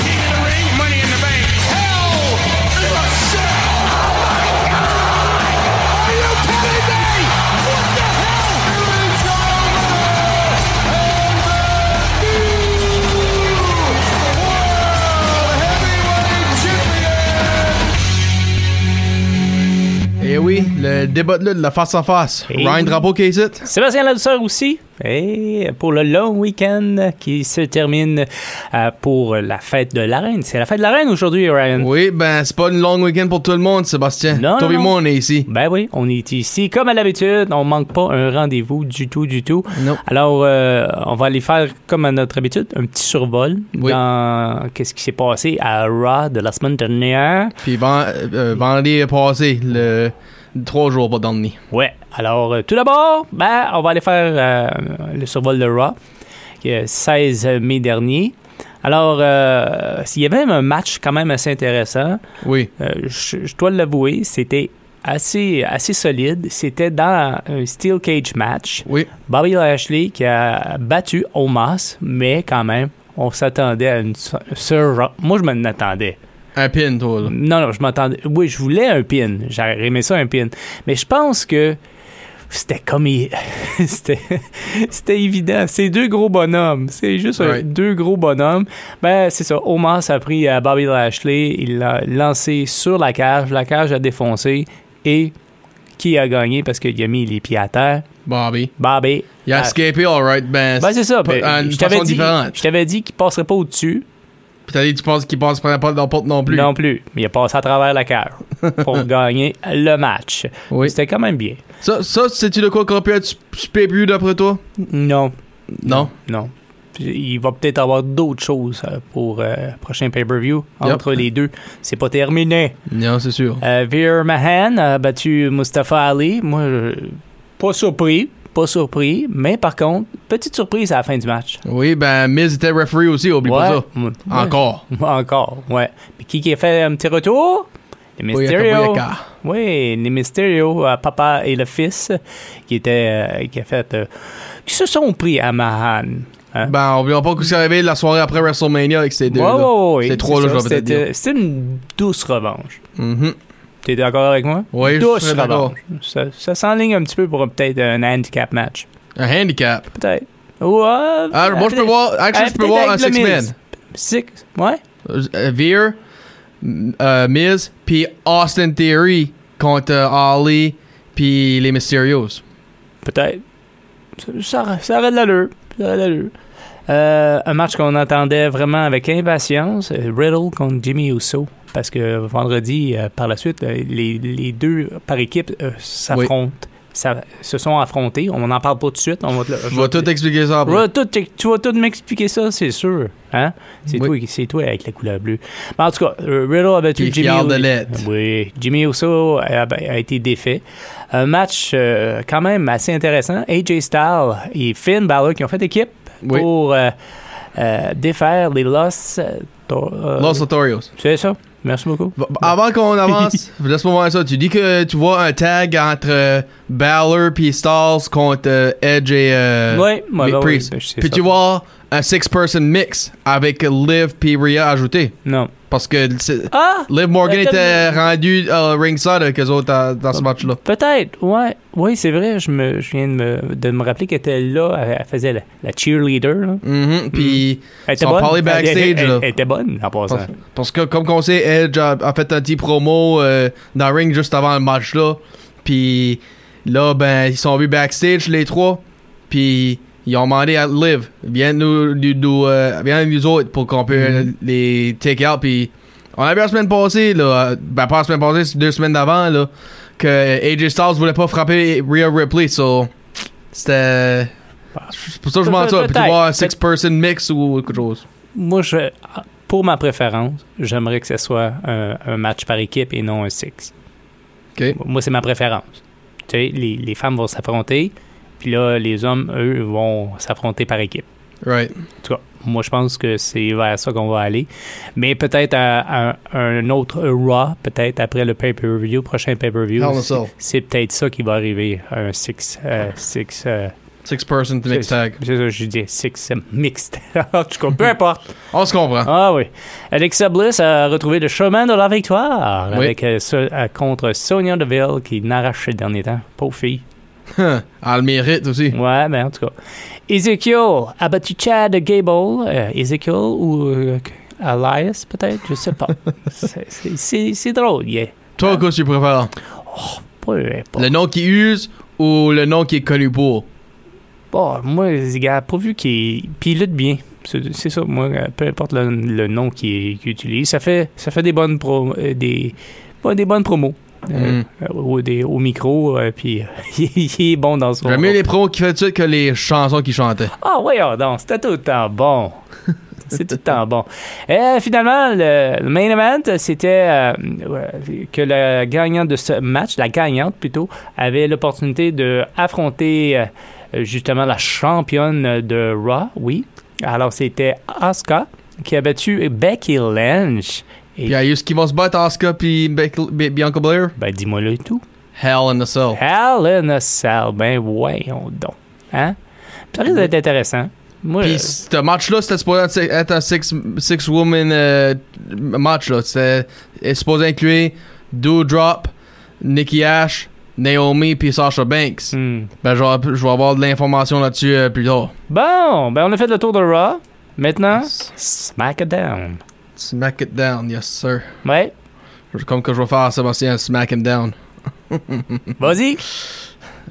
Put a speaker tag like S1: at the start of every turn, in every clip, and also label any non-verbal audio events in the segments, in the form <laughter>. S1: King of the Ring. Money in the Bank. Hell in a Cell. Oh my God! Are you kidding me? What the hell? It's over. And the new World Heavyweight Champion.
S2: Et Eh oui, le débat de lutte, la face en face.
S3: Et
S2: Ryan
S3: Eh oui.
S2: Drapeau qui est ici.
S3: Sébastien Ladouceur aussi. Et pour le long week-end qui se termine euh, pour la fête de la reine. C'est la fête de la reine aujourd'hui, Ryan.
S2: Oui, ben, c'est pas une longue week-end pour tout le monde, Sébastien.
S3: Non,
S2: Toi
S3: non,
S2: et
S3: non.
S2: moi, on est ici.
S3: Ben oui, on est ici. Comme à l'habitude, on manque pas un rendez-vous du tout, du tout.
S2: Non.
S3: Alors, euh, on va aller faire, comme à notre habitude, un petit survol
S2: Oui.
S3: dans qu'est-ce qui s'est passé à Raw de la semaine dernière.
S2: Puis ven- euh, vendredi est passé, le trois jours pas d'ennui.
S3: Ouais. Alors, euh, tout d'abord, ben, on va aller faire euh, le survol de Raw, qui est 16 mai dernier. Alors, euh, il y avait même un match quand même assez intéressant.
S2: Oui.
S3: Euh, je, je dois l'avouer, c'était assez, assez solide. C'était dans un Steel Cage match.
S2: Oui.
S3: Bobby Lashley qui a battu Omas, mais quand même, on s'attendait à une sur- sur- Moi, je m'en attendais.
S2: Un pin, toi, là.
S3: Non, non, je m'attendais. Oui, je voulais un pin. J'aurais aimé ça, un pin. Mais je pense que c'était comme. il- <laughs> c'était c'était évident. C'est deux gros bonhommes. C'est juste euh,
S2: Ouais.
S3: deux gros bonhommes. Ben, c'est ça. Omas a pris euh, Bobby Lashley. Il l'a lancé sur la cage. La cage a défoncé. Et qui a gagné parce qu'il a mis les pieds à terre?
S2: Bobby.
S3: Bobby.
S2: Il a
S3: Ah.
S2: escapé, alright, ben.
S3: Ben, c'est ça.
S2: pas-
S3: ben,
S2: une
S3: je t'avais
S2: façon
S3: dit,
S2: différente.
S3: je t'avais dit qu'il passerait pas au-dessus.
S2: Puis t'as dit, tu penses qu'il passe par la porte dans la porte non plus.
S3: Non plus. Mais il a passé à travers la cage
S2: <laughs>
S3: pour gagner le match.
S2: Oui.
S3: C'était quand même bien.
S2: Ça, ça c'est-tu de quoi qu'on peut être plus d'après toi?
S3: Non,
S2: Non.
S3: non. Puis, Il va peut-être avoir d'autres choses euh, pour euh, prochain pay-per-view
S2: Yep.
S3: entre les deux. C'est pas terminé.
S2: Non, c'est sûr.
S3: Euh, Veer Mahan a battu Mustafa Ali. Moi, je- pas surpris. Pas surpris. Mais par contre, petite surprise à la fin du match.
S2: Oui, ben, Miz était referee aussi, oublie pas ça.
S3: Ouais.
S2: Encore.
S3: Encore, ouais. <laughs> Mais qui qui a fait un petit retour? Les Mysterio.
S2: Boyaka,
S3: Oui, les Mysterio, euh, papa et le fils, qui étaient, euh, qui a fait, euh, qui se sont pris à Mahan.
S2: Boyaka. Ben, oublions pas ce qui est arrivé la soirée après WrestleMania avec ces deux.
S3: Ouais,
S2: là.
S3: ouais, ouais,
S2: Ces
S3: ouais,
S2: trois-là,
S3: c'est
S2: je
S3: ça,
S2: vais peut-être
S3: c'était-
S2: dire.
S3: C'était une douce revanche.
S2: Mhm.
S3: T'es d'accord avec moi?
S2: Oui, je
S3: douce
S2: suis très d'accord.
S3: revanche. Ça, ça s'enligne un petit peu pour euh, peut-être un handicap match.
S2: Un handicap.
S3: Peut-être. Ouais.
S2: Ah, moi, je peux
S3: peut-être-
S2: voir, actually,
S3: euh,
S2: je peux
S3: peut-être
S2: voir un
S3: avec le
S2: six-man.
S3: Miz. Six, ouais.
S2: Euh, Veer, euh, Miz, puis Austin Theory contre euh, Ali, puis les Mysterios.
S3: Peut-être. Ça, ça, ça aurait de l'allure. Ça aurait de l'allure. Euh, un match qu'on attendait vraiment avec impatience, euh, Riddle contre Jimmy Uso. Parce que vendredi, euh, par la suite, euh, les, les deux par équipe euh, s'affrontent. Ça- se sont affrontés. On n'en parle pas tout de suite. On va te le-
S2: Je vais tout expliquer ça
S3: Je
S2: après.
S3: vais tout t'ex- tu vas tout m'expliquer ça, c'est sûr. Hein? C'est
S2: Oui.
S3: toi, qui- c'est toi avec la couleur bleue. Mais en tout cas, euh, Riddle a battu
S2: Puis
S3: Jimmy
S2: Pierre
S3: Uso.
S2: Delette.
S3: Oui, Jimmy Uso a, a été défait. Un match euh, quand même assez intéressant. AJ Styles et Finn Balor qui ont fait équipe
S2: Oui.
S3: pour euh, euh, défaire les Los... euh, Tor- euh,
S2: Los Otorios.
S3: C'est ça. Merci beaucoup.
S2: Va- Avant qu'on
S3: <laughs>
S2: avance, <laughs> laisse-moi voir ça. Tu dis que tu vois un tag entre euh, Balor puis Styles contre euh, Edge et euh,
S3: Ouais, ouais,
S2: Mick
S3: bah oui,
S2: Priest.
S3: ben, c'est
S2: puis
S3: ça.
S2: tu vois un six-person mix avec Liv puis Rhea ajouté.
S3: Non.
S2: Parce que c'est-
S3: Ah!
S2: Liv Morgan
S3: Euh,
S2: était
S3: tellement-
S2: rendu euh, ringside avec eux autres dans, dans ce match-là.
S3: Peut-être, ouais. Oui, c'est vrai. Je, me, je viens de me, de me rappeler qu'elle était là. Elle, elle faisait la, la cheerleader. là.
S2: Mhm, Puis...
S3: Elle était
S2: Son
S3: bonne.
S2: parler backstage,
S3: Elle- elle- elle-
S2: là.
S3: elle était bonne en passant.
S2: Parce, parce que, comme on sait, Edge a, a fait un petit promo euh, dans le ring juste avant le match-là. Puis là, ben, ils sont vus backstage, les trois. Puis ils ont demandé à Liv, viens nous, nous, nous, euh, viens avec nous autres pour qu'on puisse les take out. Puis on a vu la semaine passée, là, euh, ben, pas la semaine passée, c'est deux semaines d'avant, là, que AJ Styles voulait pas frapper Rhea Ripley. So, c'était. C'est pour ça que je demande ça. Puis tu
S3: Peut-être.
S2: vois un six-person mix ou quelque chose.
S3: Moi, je, pour ma préférence, j'aimerais que ce soit un, un match par équipe et non un six.
S2: OK.
S3: Moi, c'est ma préférence. Tu sais, les, les femmes vont s'affronter, puis là, les hommes, eux, vont s'affronter par équipe.
S2: Right.
S3: Moi, je pense que c'est vers ça qu'on va aller. Mais peut-être à, à un- un autre Raw, peut-être après le pay-per-view, prochain pay-per-view.
S2: Hell in a Cell.
S3: C'est peut-être ça qui va arriver, un six, euh, six, euh,
S2: Six person mix tag.
S3: c'est ça, je dis six euh, mixed. <laughs> en tout cas, peu importe.
S2: On se <laughs> comprend.
S3: Ah oui. Alexa Bliss a retrouvé le chemin de la victoire
S2: Oui.
S3: avec, euh, so- euh, contre Sonia Deville qui n'arrache ces derniers temps. Pauvre fille.
S2: Ah, Elle le mérite aussi.
S3: Ouais, mais en tout cas. Ezekiel a battu Chad Gable. euh, Ezekiel ou euh, Elias, peut-être, je
S2: <laughs>
S3: sais pas. C'est- c'est- c'est c'est drôle, yeah.
S2: Toi, qu'est-ce que tu préfères
S3: Peu importe.
S2: Le nom qui use ou le nom qui est connu pour
S3: Bon, moi, les gars, pourvu qu'il puis il lutte bien. C'est c'est ça, moi, euh, peu importe le, le nom qu'il qu'il utilise, ça fait, ça fait des bonnes pro- euh, des, bon, des bonnes promos. Euh,
S2: Mm.
S3: euh, au, des- au micro, euh, puis <laughs> euh, il est bon dans son.
S2: J'aime mieux les pros qui fait tout de suite que les chansons qui chantaient.
S3: Ah oui, donc, c'était tout le temps bon. C'est tout le temps bon. Et finalement, le, le main event, c'était euh, ouais, que le gagnant de ce match, la gagnante plutôt, avait l'opportunité de affronter euh, justement la championne de Raw, oui. Alors, c'était Asuka qui a battu Becky Lynch.
S2: Puis il y a ce qui vont se battre, Asuka puis Bec- Bi- Bianca Blair.
S3: Ben, dis-moi le tout.
S2: Hell in a Cell.
S3: Hell in a Cell. Ben, voyons donc. Hein? Ça risque d'être intéressant. Moi,
S2: Mmh. Puis
S3: euh,
S2: ce match-là, c'était supposé être- être un six-woman six woman, euh, match. là. C'était est supposé inclure Doudrop, Nikki Ash, Naomi puis Sasha Banks.
S3: hmm.
S2: Ben, je vais- je vais avoir de l'information là-dessus euh, plus tard.
S3: Bon, ben on a fait le tour de Raw. Maintenant, smack it down.
S2: Smack it down, yes sir.
S3: Ouais,
S2: Comme que je vais faire à Sébastien, smack him down. Mmh.
S3: vas-y.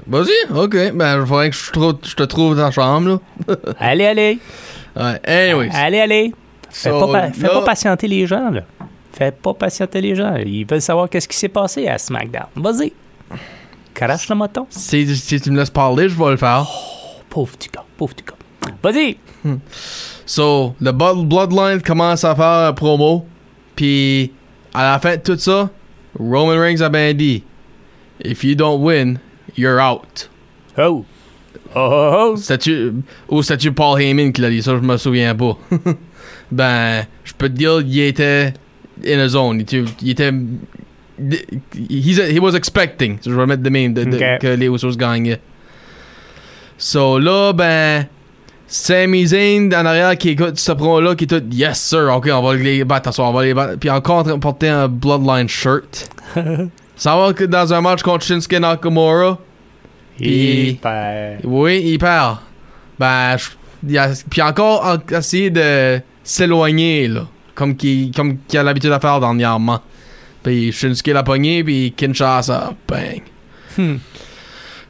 S2: Vas-y, ok. Ben, il faudrait que je, trou- je te trouve dans la chambre,
S3: allez, allez.
S2: là. Ouais, anyways.
S3: Allez, allez. Ah, Fais,
S2: So, euh,
S3: pas, pa- fais
S2: là-
S3: pas patienter les gens, là. Fais pas patienter les gens. Ils veulent savoir qu'est-ce qui s'est passé à SmackDown. Vas-y. Crache le moton.
S2: Si, si tu me laisses parler, je vais le faire.
S3: Pauvre petit gars, pauvre petit gars. Vas-y.
S2: So, le Blood- Bloodline commence à faire un promo. Puis, à la fin de tout ça, Roman Reigns a bien dit If you don't win, you're out.
S3: Oh. Oh, oh, oh.
S2: C'était-tu- Ou c'était-tu Paul Heyman qui l'a dit ça Je me souviens pas. <laughs> ben, je peux te dire, il était in a zone. Il était. il était- he's- he was expecting. Je vais mettre de même de- de-
S3: Ok.
S2: que les Usos gagnaient. So là, ben. Sami Zayn en arrière qui écoute ce promo-là qui est tout Yes sir, ok, on va les battre, ce soir, on va les battre. Puis encore en train de porter un Bloodline shirt. Ça va que dans un match contre Shinsuke Nakamura, Puis-
S3: Hyper.
S2: oui, il perd. Ben, je- il a- puis encore en- essayer de s'éloigner, là. Comme qu'il comme qu'il a l'habitude à faire dernièrement. Puis Shinsuke l'a pogné, puis Kinshasa, bang.
S3: Hmm.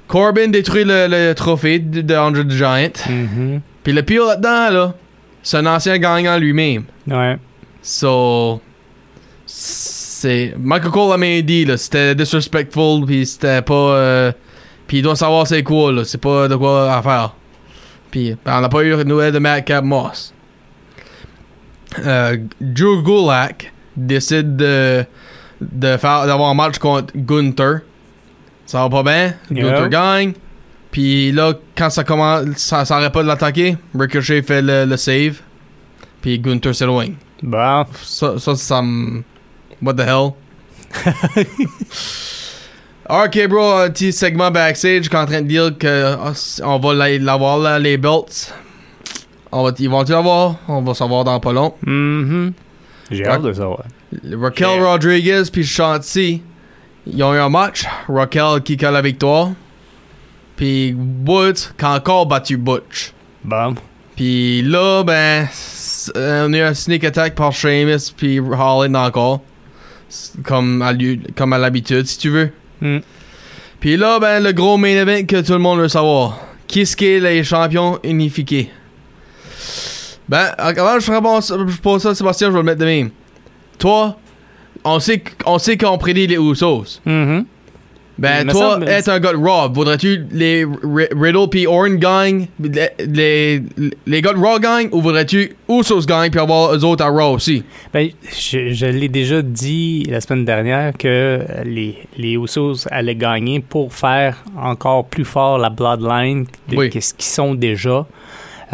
S2: Corbin détruit le, le trophée de, de Andre the Giant.
S3: Mhm.
S2: Puis le pire là-dedans, là, c'est un ancien gagnant lui-même.
S3: Ouais.
S2: So, c'est. Michael Cole l'a bien dit, là. C'était disrespectful, puis c'était pas. euh, Puis il doit savoir c'est quoi, là. C'est pas de quoi à faire. Puis ben, on n'a pas eu de nouvelles de Matt Cap Moss. Euh, Drew Gulak décide de, de faire, d'avoir un match contre Gunther. Ça va pas bien.
S3: Yeah.
S2: Gunther gagne. Puis là, quand ça commence, ça s'arrête pas de l'attaquer. Ricochet fait le, le save. Puis Gunther s'éloigne.
S3: Bon.
S2: Ça, ça, ça me- What the hell? ok, bro, un petit segment backstage qui est en train de dire que ah, si- on va la- l'avoir, là, les belts. On va, ils vont-tu l'avoir? On va savoir dans pas long.
S3: Mhm. J'ai
S2: Ah.
S3: hâte de savoir.
S2: Raquel
S3: Yeah.
S2: Rodriguez puis Shanti, ils ont eu un match. Raquel qui a la victoire. Puis Butch qui a encore battu Butch.
S3: Bon.
S2: Puis là, ben, s- euh, on a eu un sneak attack par Sheamus puis Holland encore. S- Comme à, l'u- comme à l'habitude, si tu veux.
S3: Mm.
S2: Puis là, ben, le gros main event que tout le monde veut savoir. Qui est-ce qui est les champions unifiés? Ben, avant je réponse je pose ça à Sébastien, je vais le mettre de même. Toi, on sait, qu- on sait qu'on prédit les Usos.
S3: Mhm. Il
S2: Ben,
S3: me
S2: toi,
S3: semble-
S2: être un gars de Raw, voudrais-tu les Ri- Riddle puis Orton gagnent, les, les, les gars de Raw gagnent, ou voudrais-tu Usos gagnent puis avoir eux autres à Raw aussi?
S3: Ben, je, je l'ai déjà dit la semaine dernière que euh, les, les Usos allaient gagner pour faire encore plus fort la Bloodline de
S2: Oui.
S3: qu'est-ce qu'ils sont déjà.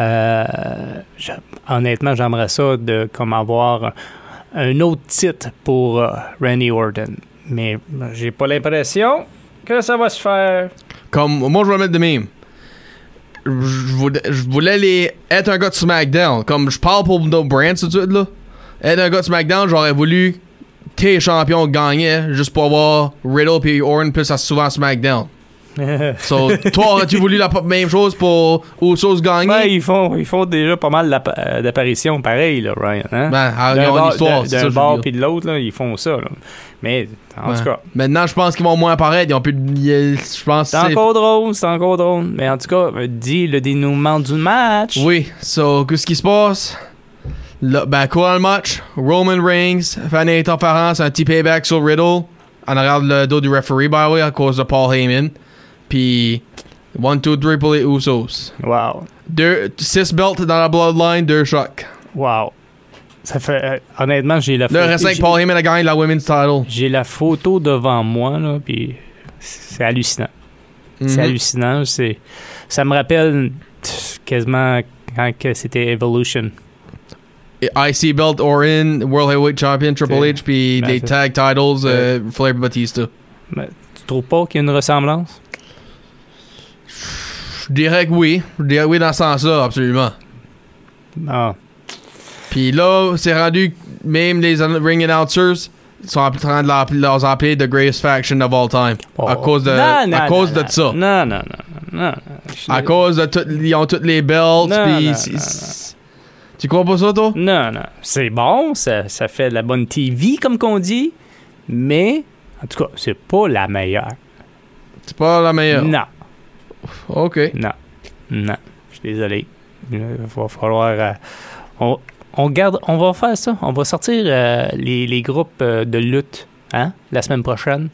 S3: Euh, Euh, j'a- honnêtement, j'aimerais ça de comme avoir un autre titre pour euh, Randy Orton. Mais ben, j'ai pas l'impression que ça va se faire.
S2: Comme, moi, je vais le mettre de même. Je voulais, je voulais les, être un gars de SmackDown. Comme je parle pour nos brands tout de suite, là. Être un gars de SmackDown, j'aurais voulu tes champions gagner juste pour avoir Riddle puis Orton plus à souvent
S3: <laughs>
S2: SmackDown. So, toi, aurais-tu voulu la même chose pour Usos gagner?
S3: Ouais, Ben, ils, font, ils font déjà pas mal d'appa- euh, d'apparitions pareilles, là, Ryan. Hein?
S2: Ben, ah, ils
S3: d'un
S2: ont
S3: bord,
S2: l'histoire,
S3: d'un-
S2: c'est ça,
S3: d'un
S2: je
S3: bord
S2: veux dire.
S3: puis de l'autre, là, ils font ça. là. Mais, en
S2: Ouais.
S3: tout cas,
S2: Maintenant, je pense qu'ils vont moins apparaître. Ils ont plus de- ils- Je pense
S3: c'est
S2: que c'est-
S3: encore drôle, c'est encore drôle. Mais en tout cas, euh, dis le dénouement du match.
S2: Oui, so, qu'est-ce qui se passe? Là, ben, quoi le match? Roman Reigns fait une interférence, un petit payback sur Riddle. En arrière le dos du referee, by the way, à cause de Paul Heyman. Puis, 1, 2, 3 pour les Usos.
S3: Wow.
S2: 6 belts dans la Bloodline, 2 chocs.
S3: Wow. Ça fait, euh, honnêtement, j'ai la
S2: Là,
S3: photo-
S2: reste que
S3: j'ai-
S2: Paul Heyman a gagné la Women's Title.
S3: J'ai la photo devant moi, là, puis c'est hallucinant. C'est
S2: Mhm.
S3: hallucinant. C'est, ça me rappelle pff, quasiment quand que c'était Evolution.
S2: IC belt or in World Heavyweight Champion Triple
S3: C'est-
S2: H puis
S3: ben,
S2: des
S3: c'est-
S2: tag titles euh, Flair Batista.
S3: Tu trouves pas qu'il y a une ressemblance?
S2: Je dirais que oui, je dirais que oui dans ce sens-là absolument.
S3: Ah.
S2: Puis là, c'est rendu que même les an- ring announcers sont en train de leur- leurs appeler the greatest faction of all time à
S3: Oh.
S2: cause de
S3: Non, non,
S2: à cause
S3: non,
S2: de ça.
S3: Non, non, non, non. non. Je-
S2: À cause de tout- ils ont toutes les belts
S3: Non,
S2: puis
S3: non,
S2: c'est-
S3: non,
S2: c'est- Tu crois pas ça toi
S3: Non, non. C'est bon, ça, ça fait de la bonne TV, comme qu'on dit, mais en tout cas, c'est pas la meilleure.
S2: C'est pas la meilleure.
S3: Non,
S2: OK.
S3: non, non. Je suis désolé. Il va falloir. euh, on, on garde, on va faire ça. On va sortir euh, les, les groupes euh, de lutte hein, la semaine prochaine.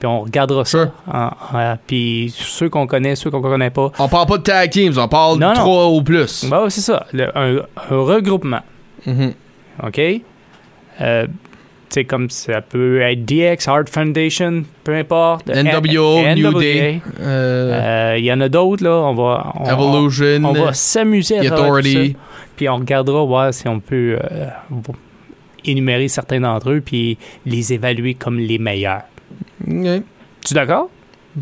S3: Puis on regardera ça.
S2: Sure.
S3: En- en- puis ceux qu'on connaît, ceux qu'on connaît pas,
S2: On parle pas de tag teams, on parle
S3: Non, non.
S2: de trois ou plus.
S3: Bah, c'est ça, le- un, un regroupement,
S2: Mhm.
S3: OK? Euh, tu sais, comme ça peut être DX, Hard Foundation, peu importe.
S2: NWO,
S3: N-
S2: New
S3: NWA.
S2: Day, euh,
S3: Euh, Il y en a d'autres, là. On va, on,
S2: Evolution,
S3: on va s'amuser à
S2: The
S3: travers tout
S2: Authority.
S3: ça. Puis on regardera voir si on peut euh, énumérer certains d'entre eux puis les évaluer comme les meilleurs.
S2: Ok.
S3: Tu es d'accord?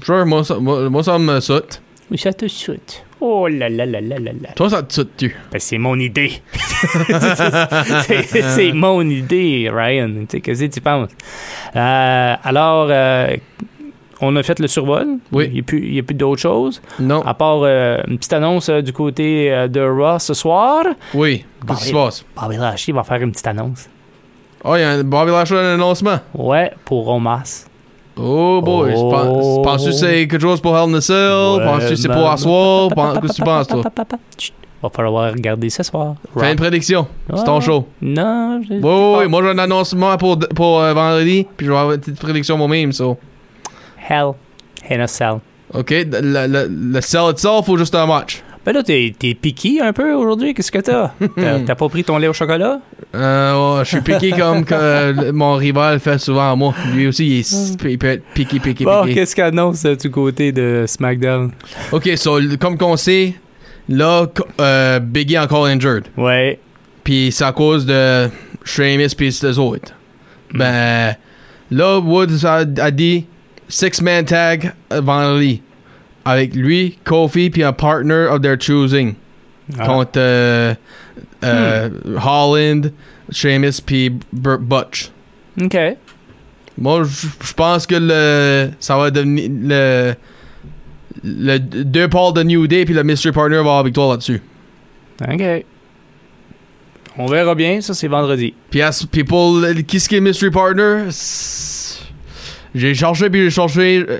S2: Sure, moi ça, moi, moi, ça me saute.
S3: Oui, ça te saute. Oh là là là là là là.
S2: Toi, ça te saute tu.
S3: Ben, c'est mon idée. <laughs> c'est c'est mon idée, Ryan. Tu sais, Qu'est-ce que tu penses? Euh, alors, euh, on a fait le survol.
S2: Oui. Oh.
S3: Il n'y a plus, il y a plus d'autres choses.
S2: Non.
S3: À part euh, une petite annonce euh, du côté euh, de Raw ce soir. Ah,
S2: Oui. Qu'est-ce qui se passe?
S3: Bobby Lashley va faire une petite annonce.
S2: Oh, il y a un Bobby Lashley un annoncement.
S3: Ouais, pour Omas.
S2: Oh boy.
S3: Oh.
S2: Pense- Penses-tu que c'est quelque chose pour Hell in a Cell?
S3: Ouais,
S2: Penses-tu que c'est pour
S3: man.
S2: Assoir? Pen- Oh, Qu'est-ce que tu penses, toi?
S3: Va falloir regarder ce soir.
S2: Fais une
S3: Raw.
S2: prédiction. C'est ton
S3: Ouais.
S2: show.
S3: Non, je-
S2: Oui, oui, oui. Moi, j'ai un annoncement pour, pour euh, vendredi, puis je vais avoir une petite prédiction moi-même, so.
S3: Hell. Hell in a cell.
S2: OK? Le, le, le Cell itself ou juste un match?
S3: Ben là, t'es, t'es piqué un peu aujourd'hui. Qu'est-ce
S2: <laughs>
S3: que t'as? t'as? T'as pas pris ton lait au chocolat?
S2: Euh, ouais, je suis piqué comme que euh, mon rival fait souvent à moi. Lui aussi, il, est- il peut être piqué, piqué,
S3: Bon,
S2: piqué.
S3: qu'est-ce qu'annonce du côté de SmackDown?
S2: OK, so, l- comme qu'on sait, là, co- euh, Biggie est encore injured.
S3: Ouais.
S2: Puis c'est à cause de Sheamus puis les autres.
S3: Mm.
S2: Ben, là, Woods a, a dit six-man tag vendredi. Avec lui, Kofi, puis un partner of their choosing.
S3: Ah.
S2: Contre euh, euh, Holland, Sheamus, puis Bur- Butch.
S3: OK.
S2: Moi, je je pense que le ça va devenir le, le deux pôles de New Day puis le Mystery Partner va avoir victoire là-dessus.
S3: OK. On verra bien. Ça, c'est vendredi.
S2: Puis à ce- puis pour le- qu'est-ce qui est Mystery Partner, c'est- j'ai cherché puis j'ai cherché, euh,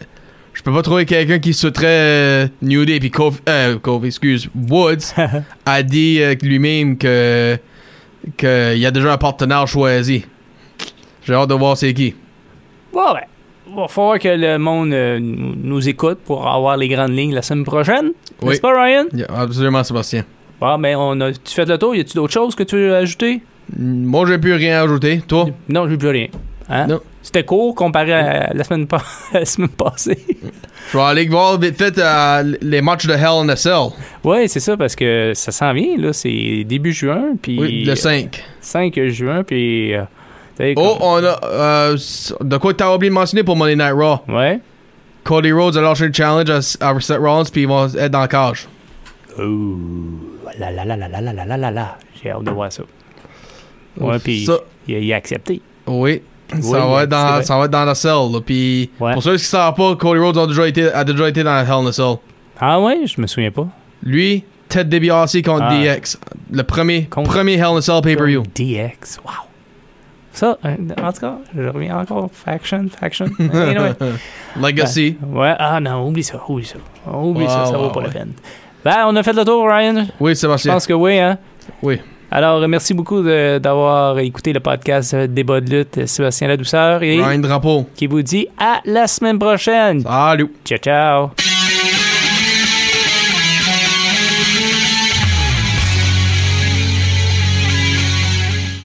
S2: je peux pas trouver quelqu'un qui souhaiterait euh, New Day puis Kofi, euh, Kofi, excuse, Woods a dit euh, lui-même que qu'il y a déjà un partenaire choisi. J'ai hâte de voir c'est qui.
S3: Bon, ben. Va falloir que le monde euh, nous nous écoute pour avoir les grandes lignes la semaine prochaine.
S2: Oui.
S3: N'est-ce pas, Ryan?
S2: Yeah, Absolument, Sébastien.
S3: Bon, ben, on a, tu fais le tour. Y a-tu d'autres choses que tu veux ajouter?
S2: Moi, j'ai plus rien à ajouter. Toi?
S3: Non, j'ai plus rien. Hein?
S2: Non.
S3: <laughs> C'était court comparé à la semaine, pa- la semaine passée.
S2: Je vais aller voir vite fait euh, les matchs de Hell in a Cell.
S3: Ouais, c'est ça, parce que ça s'en vient, là. C'est début juin, puis.
S2: Oui, le 5.
S3: 5 juin, puis. euh, tu sais,
S2: Oh,
S3: comme-
S2: on a. euh, de quoi t'as oublié de mentionner pour Monday Night Raw?
S3: Ouais.
S2: Cody Rhodes a lancé le challenge à, à Seth Rollins, puis ils vont être dans le cage.
S3: Oh, la la la la la la la la la la. J'ai hâte de voir ça. Ouais, puis
S2: Oh, Ça-
S3: il, a- il a accepté.
S2: Oui.
S3: Oui,
S2: ça, va être
S3: c'est
S2: dans,
S3: vrai.
S2: ça va être dans la cell. là. Puis
S3: Ouais.
S2: pour ceux qui ne savent pas, Cody Rhodes a déjà été, a déjà été dans la Hell in a Cell.
S3: Ah ouais, je me souviens pas.
S2: Lui, Ted DiBiase contre
S3: Ah.
S2: DX. Le premier,
S3: Contre-
S2: premier Hell in a Cell pay-per-view.
S3: DX, wow. Ça, euh, en tout cas, je reviens encore. Faction,
S2: <laughs>
S3: faction. Anyway.
S2: Legacy.
S3: Ouais, ah non, oublie ça, oublie ça. Oublie
S2: Ouais,
S3: ça, ça
S2: ouais,
S3: vaut pas la
S2: ouais.
S3: peine. Ben, on a fait le tour, Ryan.
S2: Oui,
S3: Je
S2: Sébastien.
S3: pense que oui, hein?
S2: Oui.
S3: Alors, euh, merci beaucoup de- d'avoir écouté le podcast euh, Débat de lutte, euh, Sébastien La Douceur, et
S2: Ryan Drapeau.
S3: qui vous dit à la semaine prochaine.
S2: Salut.
S3: Ciao, ciao.